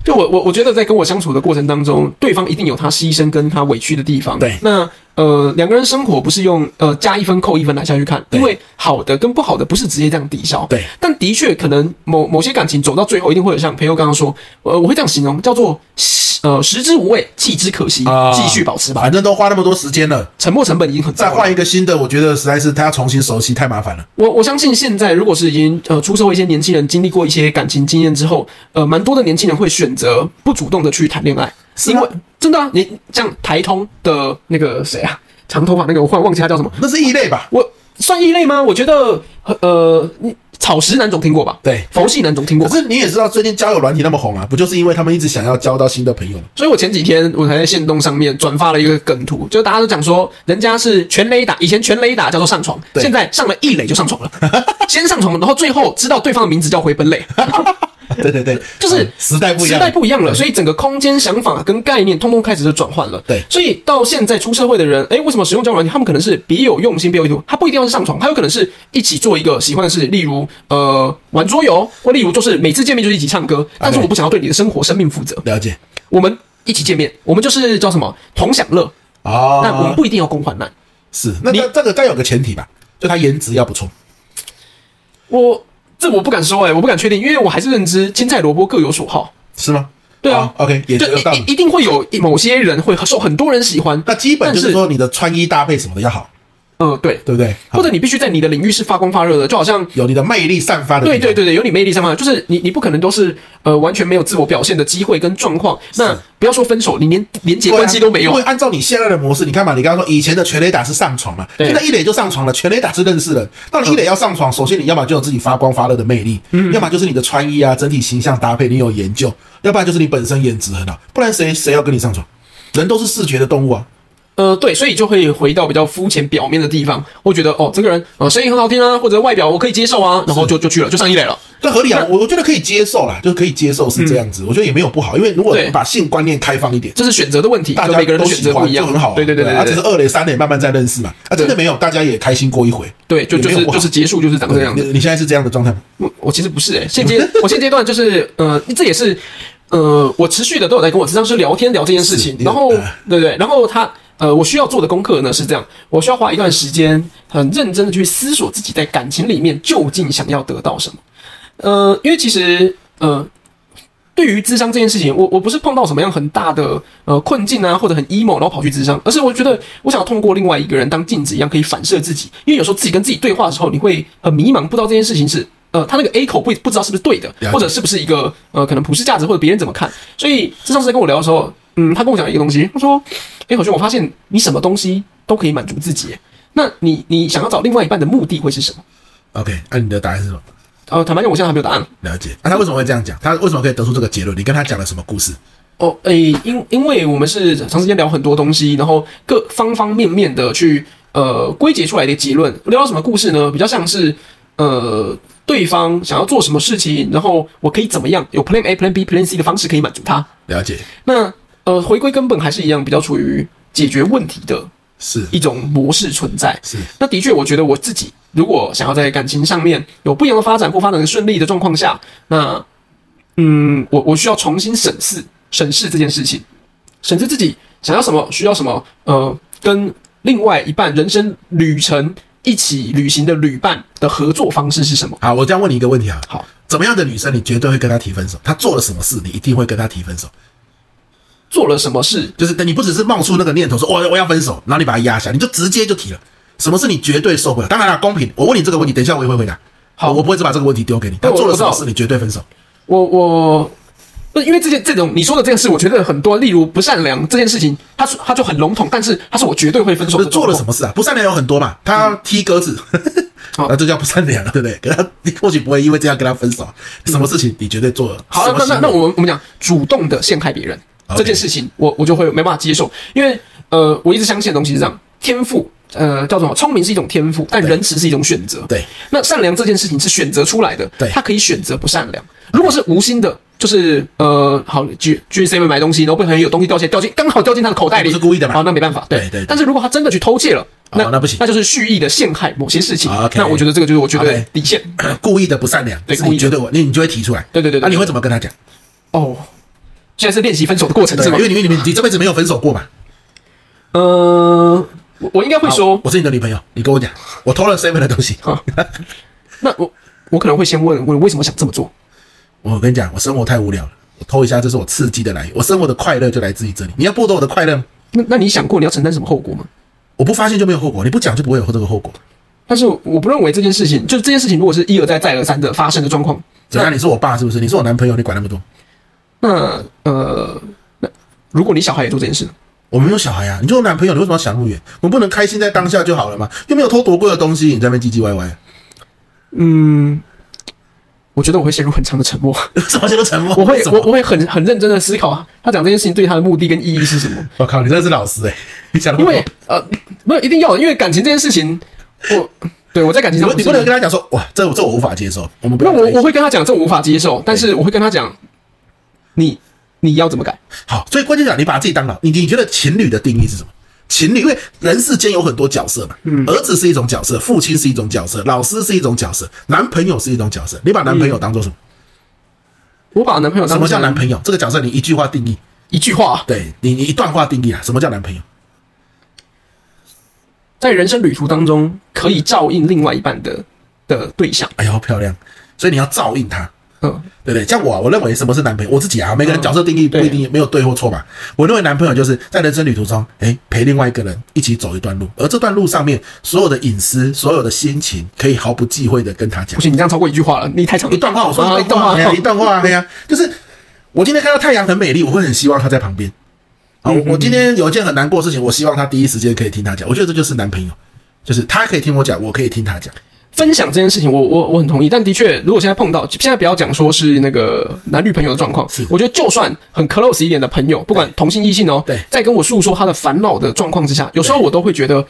Speaker 1: 就我我我觉得在跟我相处的过程当中，对方一定有他牺牲跟他委屈的地方。
Speaker 2: 对
Speaker 1: 那呃两个人生活不是用呃加一分扣一分来下去看，
Speaker 2: 对
Speaker 1: 因为好的跟不好的不是直接这样抵消。
Speaker 2: 对
Speaker 1: 但的确可能某某些感情走到最后，一定会有像朋友刚刚说，呃我会这样形容，叫做呃食之无味，弃之可惜，继续保持吧。
Speaker 2: 啊反正都花那么多时间了，
Speaker 1: 沉没成本已经很高
Speaker 2: 再
Speaker 1: 了。
Speaker 2: 换一个新的，我觉得实在是他要重新熟悉太麻烦了。
Speaker 1: 我我相信现在如果是已经呃出社会一些年轻人经历过一些感情经验之后，呃，蛮多的年轻人会选择不主动的去谈恋爱，
Speaker 2: 是
Speaker 1: 因
Speaker 2: 吗
Speaker 1: 为真的啊，你像台通的那个谁啊，长头发那个，我忽然忘记他叫什么，
Speaker 2: 那是异类吧？
Speaker 1: 我算异类吗？我觉得呃，你草食男总听过吧？
Speaker 2: 对
Speaker 1: 佛系男总听过
Speaker 2: 可。是你也知道，最近交友软体那么红啊，不就是因为他们一直想要交到新的朋友吗？
Speaker 1: 所以我前几天我才在线动上面转发了一个梗图，就大家都讲说，人家是全垒打，以前全垒打叫做上床，
Speaker 2: 对
Speaker 1: 现在上了一垒就上床 了，先上床，然后最后知道对方的名字叫回本垒。
Speaker 2: 对对对，
Speaker 1: 就是
Speaker 2: 嗯时代不一
Speaker 1: 时
Speaker 2: 样，
Speaker 1: 代不一样了，所以整个空间想法跟概念通通开始就转换了。
Speaker 2: 对
Speaker 1: 所以到现在出社会的人，诶，为什么使用交友软件？他们可能是别有用心，别有意图，他不一定要是上床，他有可能是一起做一个喜欢的事，例如呃玩桌游，或例如就是每次见面就是一起唱歌。但是我不想要对你的生活、生命负责，
Speaker 2: 了解
Speaker 1: 我们一起见面，我们就是叫什么同享乐，
Speaker 2: 哦。
Speaker 1: 但我们不一定要共患难。
Speaker 2: 是那
Speaker 1: 你
Speaker 2: 那这个该有个前提吧，就他颜值要不错。
Speaker 1: 我这我不敢说诶，欸我不敢确定，因为我还是认知青菜萝卜各有所好。
Speaker 2: 是吗？
Speaker 1: 对啊
Speaker 2: 好，OK，也
Speaker 1: 就
Speaker 2: 有道
Speaker 1: 一
Speaker 2: 理。
Speaker 1: 一定会有某些人会受很多人喜欢，
Speaker 2: 那基本就
Speaker 1: 但
Speaker 2: 是
Speaker 1: 是
Speaker 2: 说你的穿衣搭配什么的要好，
Speaker 1: 嗯，对。
Speaker 2: 对不对？
Speaker 1: 或者你必须在你的领域是发光发热的，就好像
Speaker 2: 有你的魅力散发的地
Speaker 1: 对
Speaker 2: 方，
Speaker 1: 对对对，有你魅力上嘛，就是你你不可能都是呃完全没有自我表现的机会跟状况。那不要说分手，你连连结
Speaker 2: 对啊
Speaker 1: 关系都没有
Speaker 2: 因为。按照你现在的模式，你看嘛，你刚刚说以前的全垒打是上床嘛，
Speaker 1: 对
Speaker 2: 现在一垒就上床了，全垒打是认识人。到你一垒要上床，首先你要么就有自己发光发热的魅力，
Speaker 1: 嗯
Speaker 2: 要么就是你的穿衣啊、整体形象搭配你有研究，要不然就是你本身颜值很好，不然谁谁要跟你上床？人都是视觉的动物啊，
Speaker 1: 呃，对，所以就会回到比较肤浅表面的地方，会觉得哦，这个人呃声音很好听啊，或者外表我可以接受啊，然后就就去了，就上一垒了。
Speaker 2: 这合理啊，我我觉得可以接受啦，就是可以接受是这样子，我觉得也没有不好，因为如果
Speaker 1: 嗯对
Speaker 2: 把性观念开放一点。
Speaker 1: 这是选择的问题，
Speaker 2: 大
Speaker 1: 就
Speaker 2: 家
Speaker 1: 每个人
Speaker 2: 都
Speaker 1: 的选
Speaker 2: 喜
Speaker 1: 择不
Speaker 2: 欢
Speaker 1: 一
Speaker 2: 就
Speaker 1: 样。
Speaker 2: 很好啊，
Speaker 1: 对对对
Speaker 2: 对啊，
Speaker 1: 对
Speaker 2: 只是
Speaker 1: 对，
Speaker 2: 二垒、三垒慢慢再认识嘛。啊，真的
Speaker 1: 对
Speaker 2: 没有，大家也开心过一回。
Speaker 1: 对就
Speaker 2: 也
Speaker 1: 就
Speaker 2: 没有啊
Speaker 1: 是
Speaker 2: 不好
Speaker 1: 就是结束就是长这样
Speaker 2: 你
Speaker 1: 子。
Speaker 2: 你现在是这样的状态吗？
Speaker 1: 我我其实不是诶、现阶我现阶段就是呃，这也是呃，我持续的都有在跟我智商师聊天聊这件事情
Speaker 2: 是，你
Speaker 1: 然后
Speaker 2: 呃
Speaker 1: 对对，然后他呃，我需要做的功课呢是这样，我需要花一段时间很认真的去思索自己在感情里面究竟想要得到什么，呃，因为其实呃。对于智商这件事情，我我不是碰到什么样很大的呃困境啊，或者很 emo，然后跑去智商，而是我觉得我想要通过另外一个人当镜子一样，可以反射自己。因为有时候自己跟自己对话的时候，你会很迷茫，不知道这件事情是呃他那个 A 口不不知道是不是对的
Speaker 2: 解，
Speaker 1: 或者是不是一个呃可能普世价值或者别人怎么看。所以智商师在跟我聊的时候，嗯，他跟我讲一个东西，他说：“哎，好兄，我发现你什么东西都可以满足自己，那你你想要找另外一半的目的会是什么
Speaker 2: OK，那、你的答案是什么？？”
Speaker 1: 呃，坦白讲，我现在还没有答案。
Speaker 2: 了解。啊那、他为什么会这样讲？他为什么可以得出这个结论？你跟他讲了什么故事？
Speaker 1: 哦，诶、因因为我们是长时间聊很多东西，然后各方方面面的去呃归结出来的结论。聊到什么故事呢？比较像是呃对方想要做什么事情，然后我可以怎么样，有 Plan A、Plan B、Plan C 的方式可以满足他。
Speaker 2: 了解，
Speaker 1: 那呃回归根本还是一样，比较处于解决问题的
Speaker 2: 是
Speaker 1: 一种模式存在。
Speaker 2: 是
Speaker 1: 那的确，我觉得我自己如果想要在感情上面有不一样的发展或发展的顺利的状况下，那嗯，我我需要重新审视审视这件事情，审视自己想要什么，需要什么，呃，跟另外一半人生旅程一起旅行的旅伴的合作方式是什么？
Speaker 2: 好。我这样问你一个问题啊，
Speaker 1: 好，
Speaker 2: 怎么样的女生你绝对会跟她提分手？她做了什么事你一定会跟她提分手？
Speaker 1: 做了什么事？
Speaker 2: 就是等你不只是冒出那个念头说哦我我要分手，然后你把它压下，你就直接就提了。什么是你绝对受不了？当然了，公平。我问你这个问题，等一下我也会回答。
Speaker 1: 好
Speaker 2: 我我不会只把这个问题丢给你。她
Speaker 1: 我
Speaker 2: 做了
Speaker 1: 我
Speaker 2: 什
Speaker 1: 知
Speaker 2: 么
Speaker 1: 道
Speaker 2: 事你绝对分手？
Speaker 1: 我我。不是因为这件这种你说的这件事，我觉得很多，例如不善良这件事情，它是它就很笼统，但是它是我绝对会分手
Speaker 2: 不
Speaker 1: 的
Speaker 2: 是
Speaker 1: 状
Speaker 2: 做
Speaker 1: 况。
Speaker 2: 了什么事啊？不善良有很多嘛，他踢鸽子，
Speaker 1: 嗯 好
Speaker 2: 那就叫不善良了，对不对？跟他，你或许不会因为这样跟他分手啊。什么事情你绝对做了？
Speaker 1: 嗯好，那
Speaker 2: 什么
Speaker 1: 那那
Speaker 2: 行为
Speaker 1: 那我们我们讲主动的陷害别人
Speaker 2: OK
Speaker 1: 这件事情我，我就会没办法接受，因为呃，我一直相信的东西是这样，天赋，呃，叫什么？聪明是一种天赋，但仁慈是一种选择。
Speaker 2: 对，
Speaker 1: 那善良这件事情是选择出来的，
Speaker 2: 对
Speaker 1: 他可以选择不善良。如果是无心的，就是呃，好去去 seven 买东西，然后不小心有东西掉下来，掉进刚好掉进他的口袋里，
Speaker 2: 哦那不是故意的嘛
Speaker 1: 好，那没办法。
Speaker 2: 对对对
Speaker 1: 但是如果他真的去偷窃了，
Speaker 2: 哦那不行啊
Speaker 1: 那就是蓄意的陷害某些事情。
Speaker 2: OK 啊
Speaker 1: 那我觉得这个就是我觉得
Speaker 2: OK
Speaker 1: 底线。
Speaker 2: 故意的不善良，
Speaker 1: 对
Speaker 2: 是
Speaker 1: 故
Speaker 2: 你
Speaker 1: 意的
Speaker 2: 绝对我，你你就会提出来。
Speaker 1: 对对对对
Speaker 2: 那、你会怎么跟他讲？
Speaker 1: 哦，现在是练习分手的过程
Speaker 2: 对，
Speaker 1: 是吗
Speaker 2: 因？为你你你你这辈子没有分手过嘛？
Speaker 1: 呃，我我应该会说，
Speaker 2: 我是你的女朋友，你跟我讲，我偷了 seven 的东西。
Speaker 1: 哦好，那我我可能会先问问为什么想这么做。
Speaker 2: 我跟你讲，我生活太无聊了，我偷一下，这是我刺激的来源，我生活的快乐就来自于这里。你要剥夺我的快乐吗，
Speaker 1: 那那你想过你要承担什么后果吗？
Speaker 2: 我不发现就没有后果，你不讲就不会有这个后果。
Speaker 1: 但是我不认为这件事情，就这件事情，如果是一而再再而三的发生的状况，
Speaker 2: 怎么样？你是我爸是不是？你是我男朋友，你管那么多？
Speaker 1: 那呃，那如果你小孩也做这件事呢，
Speaker 2: 我没有小孩啊，你就有男朋友，你为什么要想那么远？我们不能开心在当下就好了吗？又没有偷夺过的东西，你在那边唧唧歪歪，
Speaker 1: 嗯，我觉得我会陷入很长的沉 默，
Speaker 2: 什么叫做沉默？
Speaker 1: 我会
Speaker 2: 什么
Speaker 1: 我我会很很认真的思考啊，他讲这件事情对他的目的跟意义是什么？
Speaker 2: 我靠，你真的是老师哎、 你想那
Speaker 1: 因
Speaker 2: 么多
Speaker 1: 为呃，没有一定要，因为感情这件事情，我对我在感情
Speaker 2: 你
Speaker 1: 上
Speaker 2: 不你
Speaker 1: 是
Speaker 2: 不能跟他讲说哇，这我这我无法接受，我们不
Speaker 1: 那
Speaker 2: 要
Speaker 1: 我
Speaker 2: 在一起
Speaker 1: 我会跟他讲，这我无法接受，但是我会跟他讲，你你要怎么改？
Speaker 2: 好，所以关键讲你把自己当老，你你觉得情侣的定义是什么？情侣，因为人世间有很多角色嘛，儿子是一种角色，父亲是一种角色，老师是一种角色，男朋友是一种角色。你把男朋友当做什么？
Speaker 1: 我把男朋友当
Speaker 2: 什么叫男
Speaker 1: 友？
Speaker 2: 朋友？这个角色你一句话定义，
Speaker 1: 一句话，
Speaker 2: 对你你一段话定义啊？什么叫男朋友？
Speaker 1: 在人生旅途当中，可以照应另外一半的的对象。
Speaker 2: 哎呦漂亮，所以你要照应他，
Speaker 1: 嗯，
Speaker 2: 对不对？像我啊，我认为什么是男朋友，我自己啊，每个人角色定义不
Speaker 1: 对
Speaker 2: 一定没有对或错嘛。我认为男朋友就是在人生旅途中，哎，陪另外一个人一起走一段路，而这段路上面所有的隐私、所有的心情，可以毫不忌讳的跟他讲
Speaker 1: 不。行，你这样超过一句话了，你太长了。
Speaker 2: 一段话，我说
Speaker 1: 啊
Speaker 2: 一段话，哎呀一
Speaker 1: 一段
Speaker 2: 段话，哎呀，就是我今天看到太阳很美丽，我会很希望他在旁边。啊，我我今天有一件很难过的事情，我希望他第一时间可以听他讲。我觉得这就是男朋友，就是他可以听我讲，我可以听他讲。
Speaker 1: 分享这件事情我，我我很同意。但的确，如果现在碰到，现在不要讲说是那个男女朋友的状况
Speaker 2: 是，
Speaker 1: 我觉得就算很 close 一点的朋友，不管同性异性哦，
Speaker 2: 对
Speaker 1: 在跟我诉说他的烦恼的状况之下，有时候我都会觉得，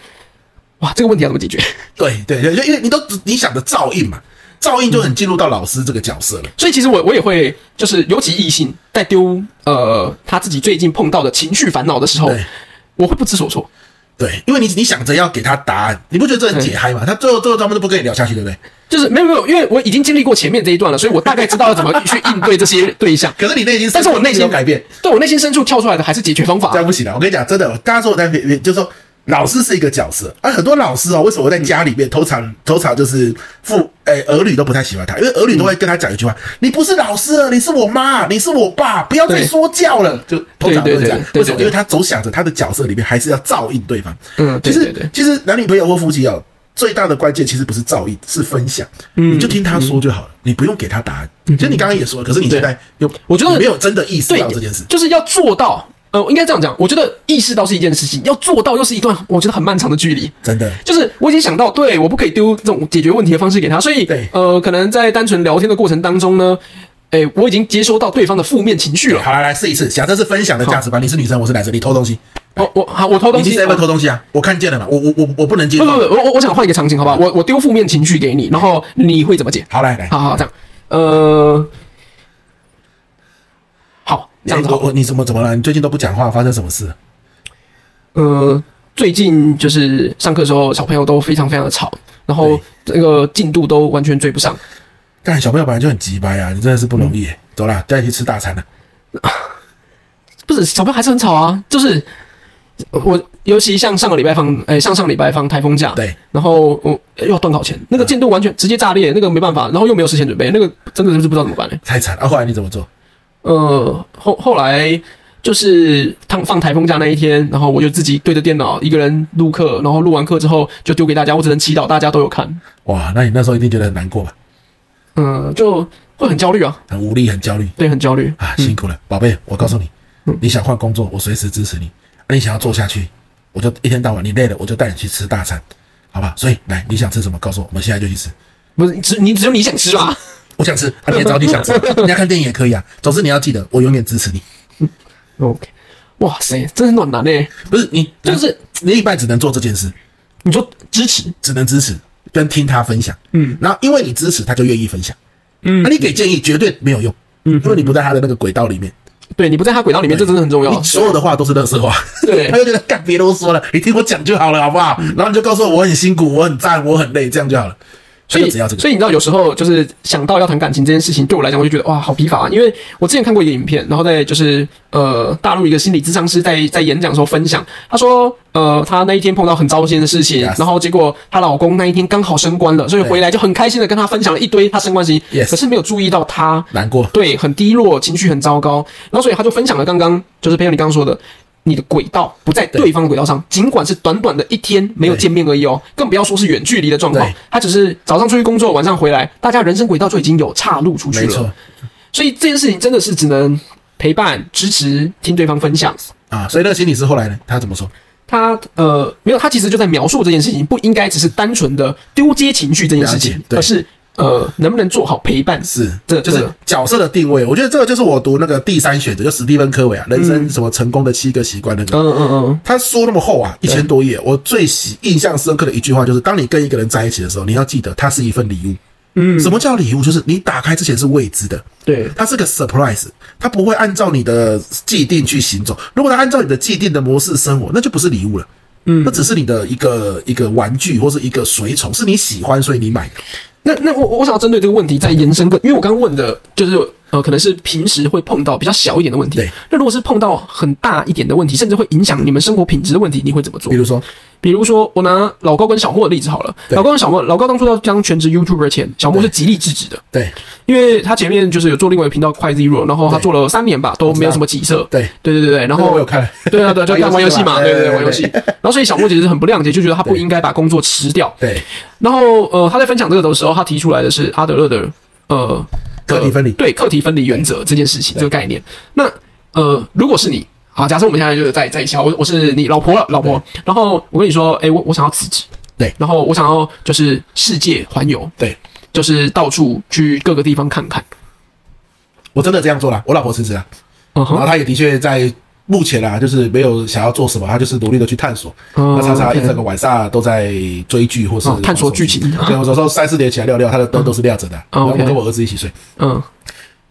Speaker 1: 哇，这个问题要怎么解决？
Speaker 2: 对对对，因为你都你想的照应嘛，照应就很进入到老师这个角色了。
Speaker 1: 所以其实我我也会，就是尤其异性在丢呃他自己最近碰到的情绪烦恼的时候
Speaker 2: 对，
Speaker 1: 我会不知所措。
Speaker 2: 对，因为你你想着要给他答案，你不觉得这很解嗨吗？他最后最后他们都不跟你聊下去，对不对？
Speaker 1: 就是没有没有，因为我已经经历过前面这一段了，所以我大概知道要怎么去应对这些对象。
Speaker 2: 可是你内心，
Speaker 1: 但是我内心啊
Speaker 2: 有改变，
Speaker 1: 对我内心深处跳出来的还是解决方法
Speaker 2: 这。样不行了。我跟你讲，真的，
Speaker 1: 嗯
Speaker 2: 大家说我在别，别就是说老师是一个角色，啊，很多老师哦，为什么我在家里面通常通常就是父诶儿女都不太喜欢他，因为儿女都会跟他讲一句话：你不是老师了，你是我妈，你是我爸，不要再
Speaker 1: 对
Speaker 2: 说教了。就通常都会这样
Speaker 1: 对对对，对
Speaker 2: 为什么？
Speaker 1: 对
Speaker 2: 因为他总想着他的角色里面还是要照应对方。
Speaker 1: 嗯，对对
Speaker 2: 其实
Speaker 1: 对，
Speaker 2: 其实男女朋友或夫妻哦，最大的关键其实不是造诣，是分享。
Speaker 1: 嗯
Speaker 2: 你就听他说就好了，你不用给他答案。其实你刚刚也说了，可是你现在又
Speaker 1: 我觉得
Speaker 2: 你没有真的意识
Speaker 1: 对
Speaker 2: 到这件事。
Speaker 1: 就是要做到。呃，应该这样讲，我觉得意识到是一件事情，要做到又是一段我觉得很漫长的距离。
Speaker 2: 真的，
Speaker 1: 就是我已经想到，对，我不可以丢这种解决问题的方式给他，所以
Speaker 2: 对
Speaker 1: 呃，可能在单纯聊天的过程当中呢，诶、我已经接收到对方的负面情绪了。
Speaker 2: 好来来试一次，假设是分享的价值观，你是女生，我是男生，你偷东西，
Speaker 1: 哦，我好，我偷东
Speaker 2: 你
Speaker 1: 西，
Speaker 2: 去 seven 偷东西啊，我看见了嘛，我我我我不能接
Speaker 1: 不不
Speaker 2: 受。
Speaker 1: 不，我我我想换一个场景，好不好？我我丢负面情绪给你，然后你会怎么解？
Speaker 2: 好来来，
Speaker 1: 好好这样，呃，好这样子
Speaker 2: 我
Speaker 1: 好，
Speaker 2: 我你怎么怎么了？你最近都不讲话，发生什么事？
Speaker 1: 呃，最近就是上课的时候，小朋友都非常非常的吵，然后这个进度都完全追不上。
Speaker 2: 但小朋友本来就很急掰啊，你真的是不容易
Speaker 1: 嗯
Speaker 2: 耶。走啦，带你去吃大餐了。
Speaker 1: 不是小朋友还是很吵啊，就是我尤其像上个礼拜放，哎、上上礼拜放台风假，
Speaker 2: 对，
Speaker 1: 然后我呃又要断考前，那个进度完全直接炸裂，那个没办法，然后又没有事先准备，那个真的是不知道怎么办、欸。
Speaker 2: 太惨了。啊后来你怎么做？
Speaker 1: 呃，后后来就是放放台风假那一天，然后我就自己对着电脑一个人录课，然后录完课之后就丢给大家，我只能祈祷大家都有看，
Speaker 2: 哇，那你那时候一定觉得很难过吧？
Speaker 1: 嗯、就会很焦虑啊，
Speaker 2: 很无力，很焦虑。
Speaker 1: 对，很焦虑。
Speaker 2: 啊，辛苦了，宝贝，我告诉你，你想换工作，我随时支持你；啊你想要做下去，我就一天到晚，你累了，我就带你去吃大餐，好吧？所以来，你想吃什么，告诉我，我们现在就去吃。
Speaker 1: 不是只你只有你想吃吧？
Speaker 2: 我想吃，啊，你也找你想 吃，你要看电影也可以啊。总之你要记得，我永远支持你。
Speaker 1: OK，哇塞，真是暖男欸诶、
Speaker 2: 不是你，
Speaker 1: 就是
Speaker 2: 你一半只能做这件事，
Speaker 1: 你说支持，
Speaker 2: 只能支持跟听他分享。嗯，然后因为你支持，他就愿意分享。嗯，那、你给建议绝对没有用，嗯，因为你不在他的那个轨道里面，
Speaker 1: 对你不在他轨道里面，这真的很重要
Speaker 2: 你。所有的话都是乐色话。
Speaker 1: 对嗯
Speaker 2: 他就觉得干别啰嗦了，你听我讲就好了，好不好？然后你就告诉我我很辛苦，我很赞，我很累，这样就好了。
Speaker 1: 所
Speaker 2: 他
Speaker 1: 以，
Speaker 2: 就只要这个，
Speaker 1: 所以你知道，有时候就是想到要谈感情这件事情，对我来讲，我就觉得哇，好疲乏、啊。因为我之前看过一个影片，然后在就是呃，大陆一个心理咨商师在在演讲的时候分享，他说呃，他那一天碰到很糟心的事情
Speaker 2: Yes
Speaker 1: 然后结果她老公那一天刚好升官了，所以
Speaker 2: 对
Speaker 1: 回来就很开心的跟她分享了一堆她升官事情
Speaker 2: Yes
Speaker 1: 可是没有注意到她
Speaker 2: 难过。
Speaker 1: 对很低落，情绪很糟糕，然后所以他就分享了刚刚就是朋友你刚刚说的。你的轨道不在对方的轨道上，尽管是短短的一天没有
Speaker 2: 对
Speaker 1: 见面而已哦，更不要说是远距离的状况
Speaker 2: 对。
Speaker 1: 他只是早上出去工作，晚上回来，大家人生轨道就已经有岔路出去
Speaker 2: 没
Speaker 1: 了
Speaker 2: 错。
Speaker 1: 所以这件事情真的是只能陪伴、支持、听对方分享。
Speaker 2: 啊，所以那个心理师后来呢，他怎么说？
Speaker 1: 他呃没有，他其实就在描述这件事情，不应该只是单纯的丢接情绪这件事
Speaker 2: 了
Speaker 1: 情
Speaker 2: 解，对
Speaker 1: 而是呃能不能做好陪伴。
Speaker 2: 是，
Speaker 1: 这
Speaker 2: 就是
Speaker 1: 这
Speaker 2: 角色的定位。我觉得这个就是我读那个第三选择，就史蒂芬·科维啊，人生什么成功的七个习惯那个。
Speaker 1: 嗯嗯嗯，
Speaker 2: 他说那么厚啊，一千多页。我最喜印象深刻的一句话就是：当你跟一个人在一起的时候，你要记得它是一份礼物。嗯，什么叫礼物？就是你打开之前是未知的，
Speaker 1: 对，
Speaker 2: 它是个 surprise，它不会按照你的既定去行走。如果它按照你的既定的模式生活，那就不是礼物了。嗯，那只是你的一个一个玩具或是一个随从，是你喜欢所以你买的。
Speaker 1: 那那我我想要针对这个问题再延伸个，因为我刚刚问的就是呃，可能是平时会碰到比较小一点的问题
Speaker 2: 对。
Speaker 1: 那如果是碰到很大一点的问题，甚至会影响你们生活品质的问题，你会怎么做
Speaker 2: 比？如说，
Speaker 1: 比如说，我拿老高跟小莫的例子好了。
Speaker 2: 对
Speaker 1: 老高跟小莫，老高当初要当全职 YouTuber 前，小莫是极力制止的，
Speaker 2: 对
Speaker 1: 因为他前面就是有做另外一个频道快 Zero，然后他
Speaker 2: 对
Speaker 1: 做了三年吧，都没有什么起色。
Speaker 2: 对，
Speaker 1: 对对对对，然
Speaker 2: 那个
Speaker 1: 后
Speaker 2: 我有看，
Speaker 1: 哦对啊对啊，就当玩游戏嘛，
Speaker 2: 玩游戏
Speaker 1: 对
Speaker 2: 嘛
Speaker 1: 对对，
Speaker 2: 对对对
Speaker 1: 玩游戏。然后所以小莫其实很不谅解，就觉得他不应该把工作辞掉。
Speaker 2: 对，
Speaker 1: 然后呃，他在分享这个的时候，他提出来的是阿德勒的呃
Speaker 2: 课题分离
Speaker 1: 呃对课题分离原则这件事情这个概念。那呃，如果是你，好，假设我们现在就是在在一起，好我我是你老婆了，老婆。然后我跟你说，哎，我我想要辞职，
Speaker 2: 对
Speaker 1: 然后我想要就是世界环游，
Speaker 2: 对，
Speaker 1: 就是到处去各个地方看看。
Speaker 2: 我真的这样做了，我老婆辞职了，啊
Speaker 1: 嗯
Speaker 2: 然后
Speaker 1: 哼，
Speaker 2: 她也的确在目前啊，就是没有想要做什么，她就是努力的去探索。
Speaker 1: 嗯
Speaker 2: 那常常一
Speaker 1: OK
Speaker 2: 整个晚上都在追剧或是
Speaker 1: 哦探索剧情嗯
Speaker 2: 玩手机对，我有时候三四点起来尿尿，她的灯都是亮着的。啊然后我
Speaker 1: OK
Speaker 2: 跟我儿子一起睡，
Speaker 1: 嗯，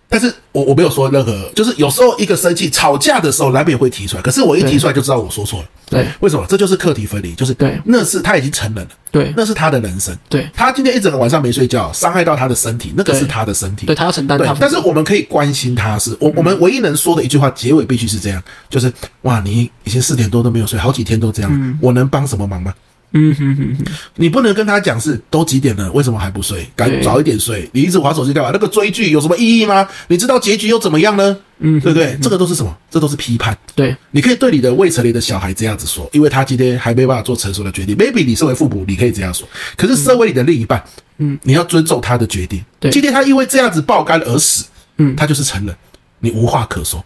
Speaker 2: 但是我我没有说任何，就是有时候一个生气吵架的时候难免会提出来，可是我一提出来就知道我说错了。
Speaker 1: 对
Speaker 2: 为什么？这就是课题分离，就是
Speaker 1: 对
Speaker 2: 那是他已经成人了，
Speaker 1: 对
Speaker 2: 那是他的人生。
Speaker 1: 对
Speaker 2: 他今天一整个晚上没睡觉，伤害到他的身体，那个
Speaker 1: 对
Speaker 2: 是他的身体。
Speaker 1: 对，他要承担
Speaker 2: 对
Speaker 1: 他，，
Speaker 2: 但是我们可以关心他是，我
Speaker 1: 嗯
Speaker 2: 我们唯一能说的一句话，结尾必须是这样，就是哇，你已经四点多都没有睡，好几天都这样，我能帮什么忙吗？
Speaker 1: 嗯哼哼哼，
Speaker 2: 你不能跟他讲是都几点了，为什么还不睡？
Speaker 1: 对
Speaker 2: 赶早一点睡，你一直划手机干嘛？那个追剧有什么意义吗？你知道结局又怎么样呢？嗯，对不对？这个都是什么？这都是批判。
Speaker 1: 对
Speaker 2: 你可以对你的未成年的小孩这样子说，因为他今天还没办法做成熟的决定。Maybe 你身为父母，你可以这样说，可是身为你的另一半，嗯，你要尊重他的决定。
Speaker 1: 对
Speaker 2: 今天他因为这样子爆肝而死，
Speaker 1: 嗯
Speaker 2: 他就是成人，你无话可说。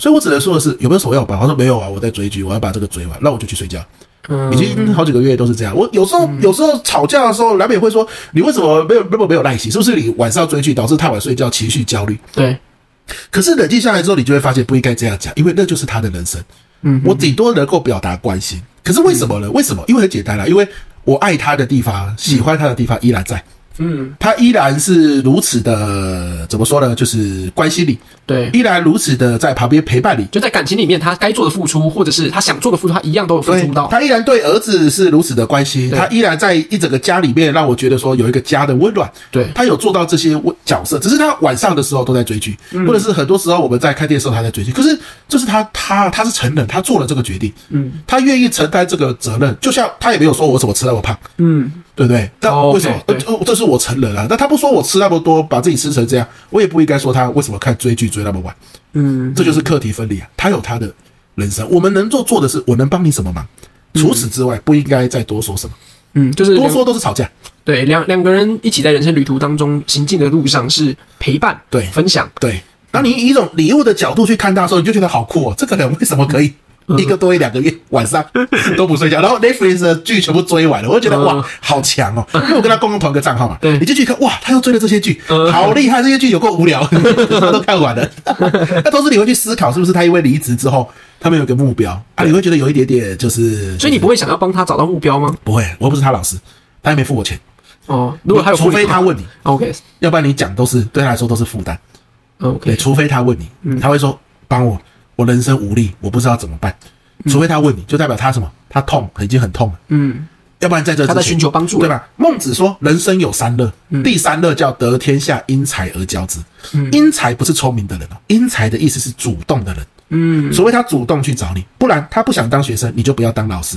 Speaker 2: 所以我只能说的是，有没有什么要办？他说没有啊，我在追剧，我要把这个追完，那我就去睡觉。
Speaker 1: 嗯
Speaker 2: 已经好几个月都是这样。我有时候、有时候吵架的时候，难免会说，你为什么没有那么没有耐心？是不是你晚上追剧导致太晚睡觉，情绪焦虑？
Speaker 1: 对，
Speaker 2: 可是冷静下来之后，你就会发现不应该这样讲，因为那就是他的人生。
Speaker 1: 嗯
Speaker 2: 我顶多能够表达关心，可是为什么呢？为什么？因为很简单啦，啊因为我爱他的地方，喜欢他的地方依然在，
Speaker 1: 嗯
Speaker 2: 他依然是如此的怎么说呢？就是关心你，
Speaker 1: 对。
Speaker 2: 依然如此的在旁边陪伴你。
Speaker 1: 就在感情里面，他该做的付出，或者是他想做的付出，他一样都有付
Speaker 2: 对
Speaker 1: 出到。
Speaker 2: 他依然对儿子是如此的关心，
Speaker 1: 对
Speaker 2: 他依然在一整个家里面让我觉得说有一个家的温暖。
Speaker 1: 对
Speaker 2: 他有做到这些温角色，只是他晚上的时候都在追剧，
Speaker 1: 嗯
Speaker 2: 或者是很多时候我们在看电视的时候他在追剧。可是这是他他他是成人，他做了这个决定，
Speaker 1: 嗯，
Speaker 2: 他愿意承担这个责任。就像他也没有说我怎么吃那么胖，
Speaker 1: 嗯，
Speaker 2: 对不对？但
Speaker 1: 哦
Speaker 2: 为什么？
Speaker 1: 对
Speaker 2: 呃呃这是我成人啊。但他不说我吃那么多，把自己吃成这样，我也不应该说他为什么看追剧追那么晚。
Speaker 1: 嗯，
Speaker 2: 这就是课题分离啊。他有他的人生，我们能做做的是，我能帮你什么忙？除此之外，不应该再多说什么，
Speaker 1: 嗯，就是
Speaker 2: 多
Speaker 1: 两
Speaker 2: 说都是吵架。
Speaker 1: 对两两个人一起在人生旅途当中行进的路上是陪伴，
Speaker 2: 对
Speaker 1: 分享，
Speaker 2: 对，当你以一种礼物的角度去看他的时候，你就觉得好酷哦，这个人为什么可以？一个多月、两个月晚 上都不睡觉，然后 Netflix 的剧全部追完了，我就觉得
Speaker 1: 嗯
Speaker 2: 哇，好强哦！因为我跟他共用同一个账号 嘛，
Speaker 1: 对
Speaker 2: 你进去看，哇，他又追了这些剧
Speaker 1: 嗯，
Speaker 2: 好厉害！这些剧有够无 聊，他都看 完了。那都是你会去思考，是不是他因为离职之后，他们有个目标啊？你会觉得有一点点就是，
Speaker 1: 所以你不会想要帮他找到目标吗？
Speaker 2: 不会，我又不是他老师，他也没付我钱。
Speaker 1: 哦，如果他有
Speaker 2: 除非他问你，
Speaker 1: ，OK，OK，
Speaker 2: 要不然你讲都是对他来说都是负担。对，除非他问你，
Speaker 1: 嗯
Speaker 2: 他会说帮我，我人生无力，我不知道怎么办。除非他问你，就代表他什么？他痛，已经很痛了。
Speaker 1: 嗯，
Speaker 2: 要不然在这之前
Speaker 1: 他在寻求帮助嗯
Speaker 2: 对吧？孟子说，人生有三乐，第三乐叫得天下因才而教之。因才不是聪明的人哦，因才的意思是主动的人。
Speaker 1: 嗯，
Speaker 2: 除非他主动去找你，不然他不想当学生，你就不要当老师。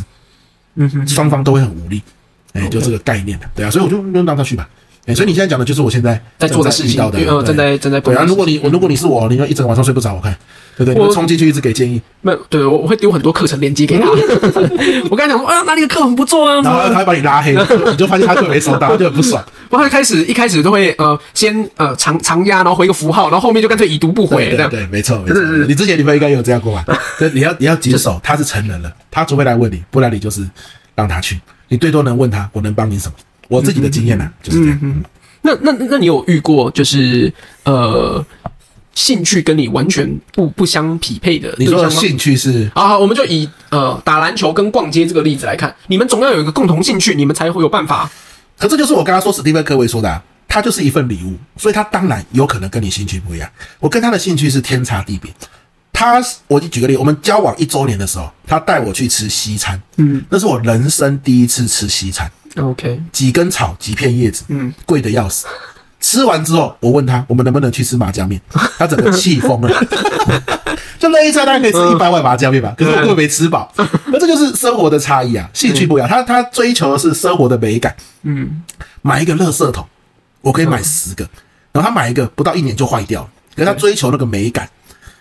Speaker 2: 嗯哼，双方都会很无力。哎、就这个概念的，对啊，所以我就就让他去吧。哎、所以你现在讲的就是我现在
Speaker 1: 在做的事情
Speaker 2: 正遇到的，
Speaker 1: 呃
Speaker 2: 对
Speaker 1: 正在正在碰
Speaker 2: 对啊，
Speaker 1: 到的
Speaker 2: 如果你我如果你是我，你要一整个晚上睡不着，我看，对不对？
Speaker 1: 我
Speaker 2: 你会冲进去一直给建议，
Speaker 1: 没有，对我我会丢很多课程链接 给他。我刚才讲说啊，哪里的课很不错啊，什
Speaker 2: 然
Speaker 1: 么
Speaker 2: 后他会把 你拉黑，你就发现他课没收到，就很不爽。
Speaker 1: 然后他就开始一开始都会呃先呃长长压，然后回一个符号，然后后面就干脆已读不回
Speaker 2: 对
Speaker 1: 这
Speaker 2: 对
Speaker 1: 样。
Speaker 2: 对，没错，没
Speaker 1: 是是
Speaker 2: 错。你之前女朋友应该有这样过吧？对，你要你要谨守，他是成人了，他除非来问你，不然你就是让他去，你最多能问他，我能帮你什么？我自己的经验呢，就是这样。嗯
Speaker 1: 那那那你有遇过就是呃兴趣跟你完全不不相匹配的
Speaker 2: 你
Speaker 1: 对象
Speaker 2: 说的
Speaker 1: 吗？
Speaker 2: 兴趣是
Speaker 1: 好好，我们就以呃打篮球跟逛街这个例子来看，你们总要有一个共同兴趣，你们才会有办法。
Speaker 2: 可这就是我刚刚说史蒂芬·科维说的、啊，他就是一份礼物，所以他当然有可能跟你兴趣不一样。我跟他的兴趣是天差地别。他，我就举个例，我们交往一周年的时候，他带我去吃西餐，
Speaker 1: 嗯
Speaker 2: 那是我人生第一次吃西餐，
Speaker 1: ，OK，
Speaker 2: 几根草，几片叶子，
Speaker 1: 嗯，
Speaker 2: 贵的要死。吃完之后，我问他我们能不能去吃 麻酱面，他整个气疯了。 就那一餐大概可以
Speaker 1: 嗯
Speaker 2: 吃一百碗麻酱面吧，可是我根本没吃饱。那这就是生活的差 异啊，兴趣不一样。他他追求的是生活的美感。
Speaker 1: 嗯，
Speaker 2: 买一个垃圾桶，我可以买十个，然后他买一个不到一年就坏掉了，可是他追求那个美感。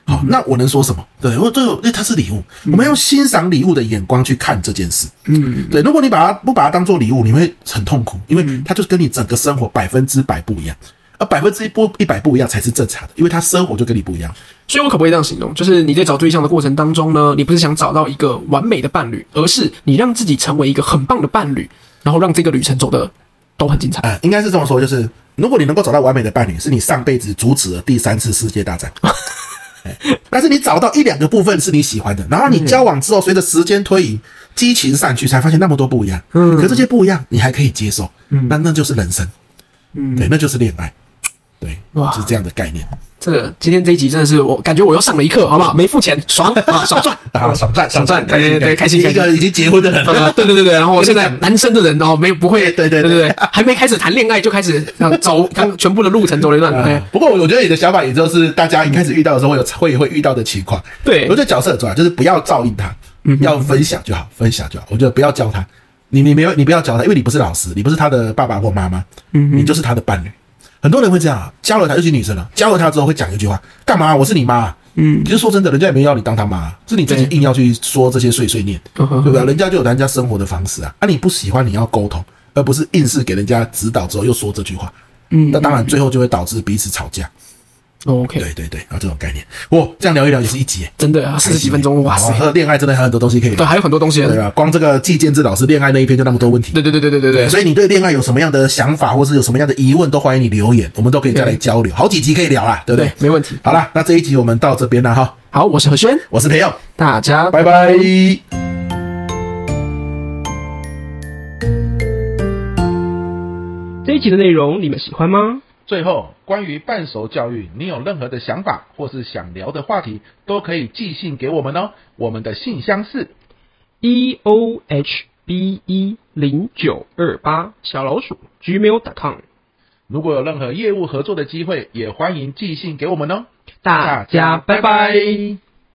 Speaker 2: 好，那我能说什么？对我对我，因为它是礼物，我们用欣赏礼物的眼光去看这件事。嗯，对，如果你把它不把它当做礼物，你会很痛苦，因为它就跟你整个生活百分之百不一样，而百分之一不一百不一样才是正常的，因为他生活就跟你不一样。
Speaker 1: 所以我可不可以这样形容？就是你在找对象的过程当中呢，你不是想找到一个完美的伴侣，而是你让自己成为一个很棒的伴侣，然后让这个旅程走的都很精彩。
Speaker 2: 呃，应该是这么说，就是如果你能够找到完美的伴侣，是你上辈子阻止了第三次世界 大战。哎但是你找到一两个部分是你喜欢的，然后你交往之后，随着时间推移，激情散去，才发现那么多不一样。嗯，可这些不一样，你还可以接受，嗯，那那就是人生，嗯，对，那就是恋爱，对，
Speaker 1: 哇
Speaker 2: 是这样的概念
Speaker 1: 这个今天这一集真的是我感觉我又上了一课，好不好？没付钱，爽啊，爽赚
Speaker 2: 啊，爽赚，
Speaker 1: 爽赚，
Speaker 2: 开
Speaker 1: 对对
Speaker 2: 心，
Speaker 1: 对，开心
Speaker 2: 一
Speaker 1: 开心。
Speaker 2: 个已经结婚的人，
Speaker 1: 呃，对对 对对，然后我现在男生的人哦，没有不会，
Speaker 2: 对对对
Speaker 1: 对对，还没开始谈恋爱就开始呃走刚全部的路程走了一 段，哎
Speaker 2: 啊，不过我觉得你的想法也就是大家一开始遇到的时候会有会会遇到的情况。
Speaker 1: 对嗯
Speaker 2: 我觉得角色很重要，就是不要照应他，要分享就好，分享就好。我觉得不要教他，你你没有你不要教他，因为你不是老师，你不是他的爸爸或妈妈，
Speaker 1: 嗯
Speaker 2: 你就是他的伴侣。很多人会这样啊，教了他，尤其女生了，教了他之后会讲一句话：“干嘛？我是你妈、嗯，其实说真的，人家也没有要你当他妈、啊是你自己
Speaker 1: 对
Speaker 2: 硬要去说这些碎碎念，对
Speaker 1: 嗯哼
Speaker 2: 不对？人家就有人家生活的方式啊，啊，你不喜欢你要沟通，而不是硬是给人家指导之后又说这句话，
Speaker 1: 嗯
Speaker 2: 那当然最后就会导致彼此吵架。
Speaker 1: 哦，OK，
Speaker 2: 对对对，啊，这种概念，哇，这样聊一聊也是一集耶，
Speaker 1: 真的啊四十几分钟，哇塞，
Speaker 2: 哦，恋爱真的还有很多东西可以
Speaker 1: 对，
Speaker 2: 聊。
Speaker 1: 还有很多东西，
Speaker 2: 对啊，光这个季建志老师恋爱那一篇就那么多问题。
Speaker 1: 对对对对对对对，
Speaker 2: 所以你对恋爱有什么样的想法，或是有什么样的疑问，都欢迎你留言，我们都可以再来交流，好几集可以聊啦，对不对
Speaker 1: 对？没问题
Speaker 2: 好啦，那这一集我们到这边了哈，
Speaker 1: 好，我是何轩，
Speaker 2: 我是培佑，
Speaker 1: 大家
Speaker 2: 拜拜。
Speaker 1: 这一集的内容你们喜欢吗？
Speaker 2: 最后，关于半熟教育，你有任何的想法或是想聊的话题，都可以寄信给我们哦。我们的信箱是
Speaker 1: e o h b e 零九二八小老鼠 gmail.com，
Speaker 2: 如果有任何业务合作的机会，也欢迎寄信给我们哦。
Speaker 1: 大家拜拜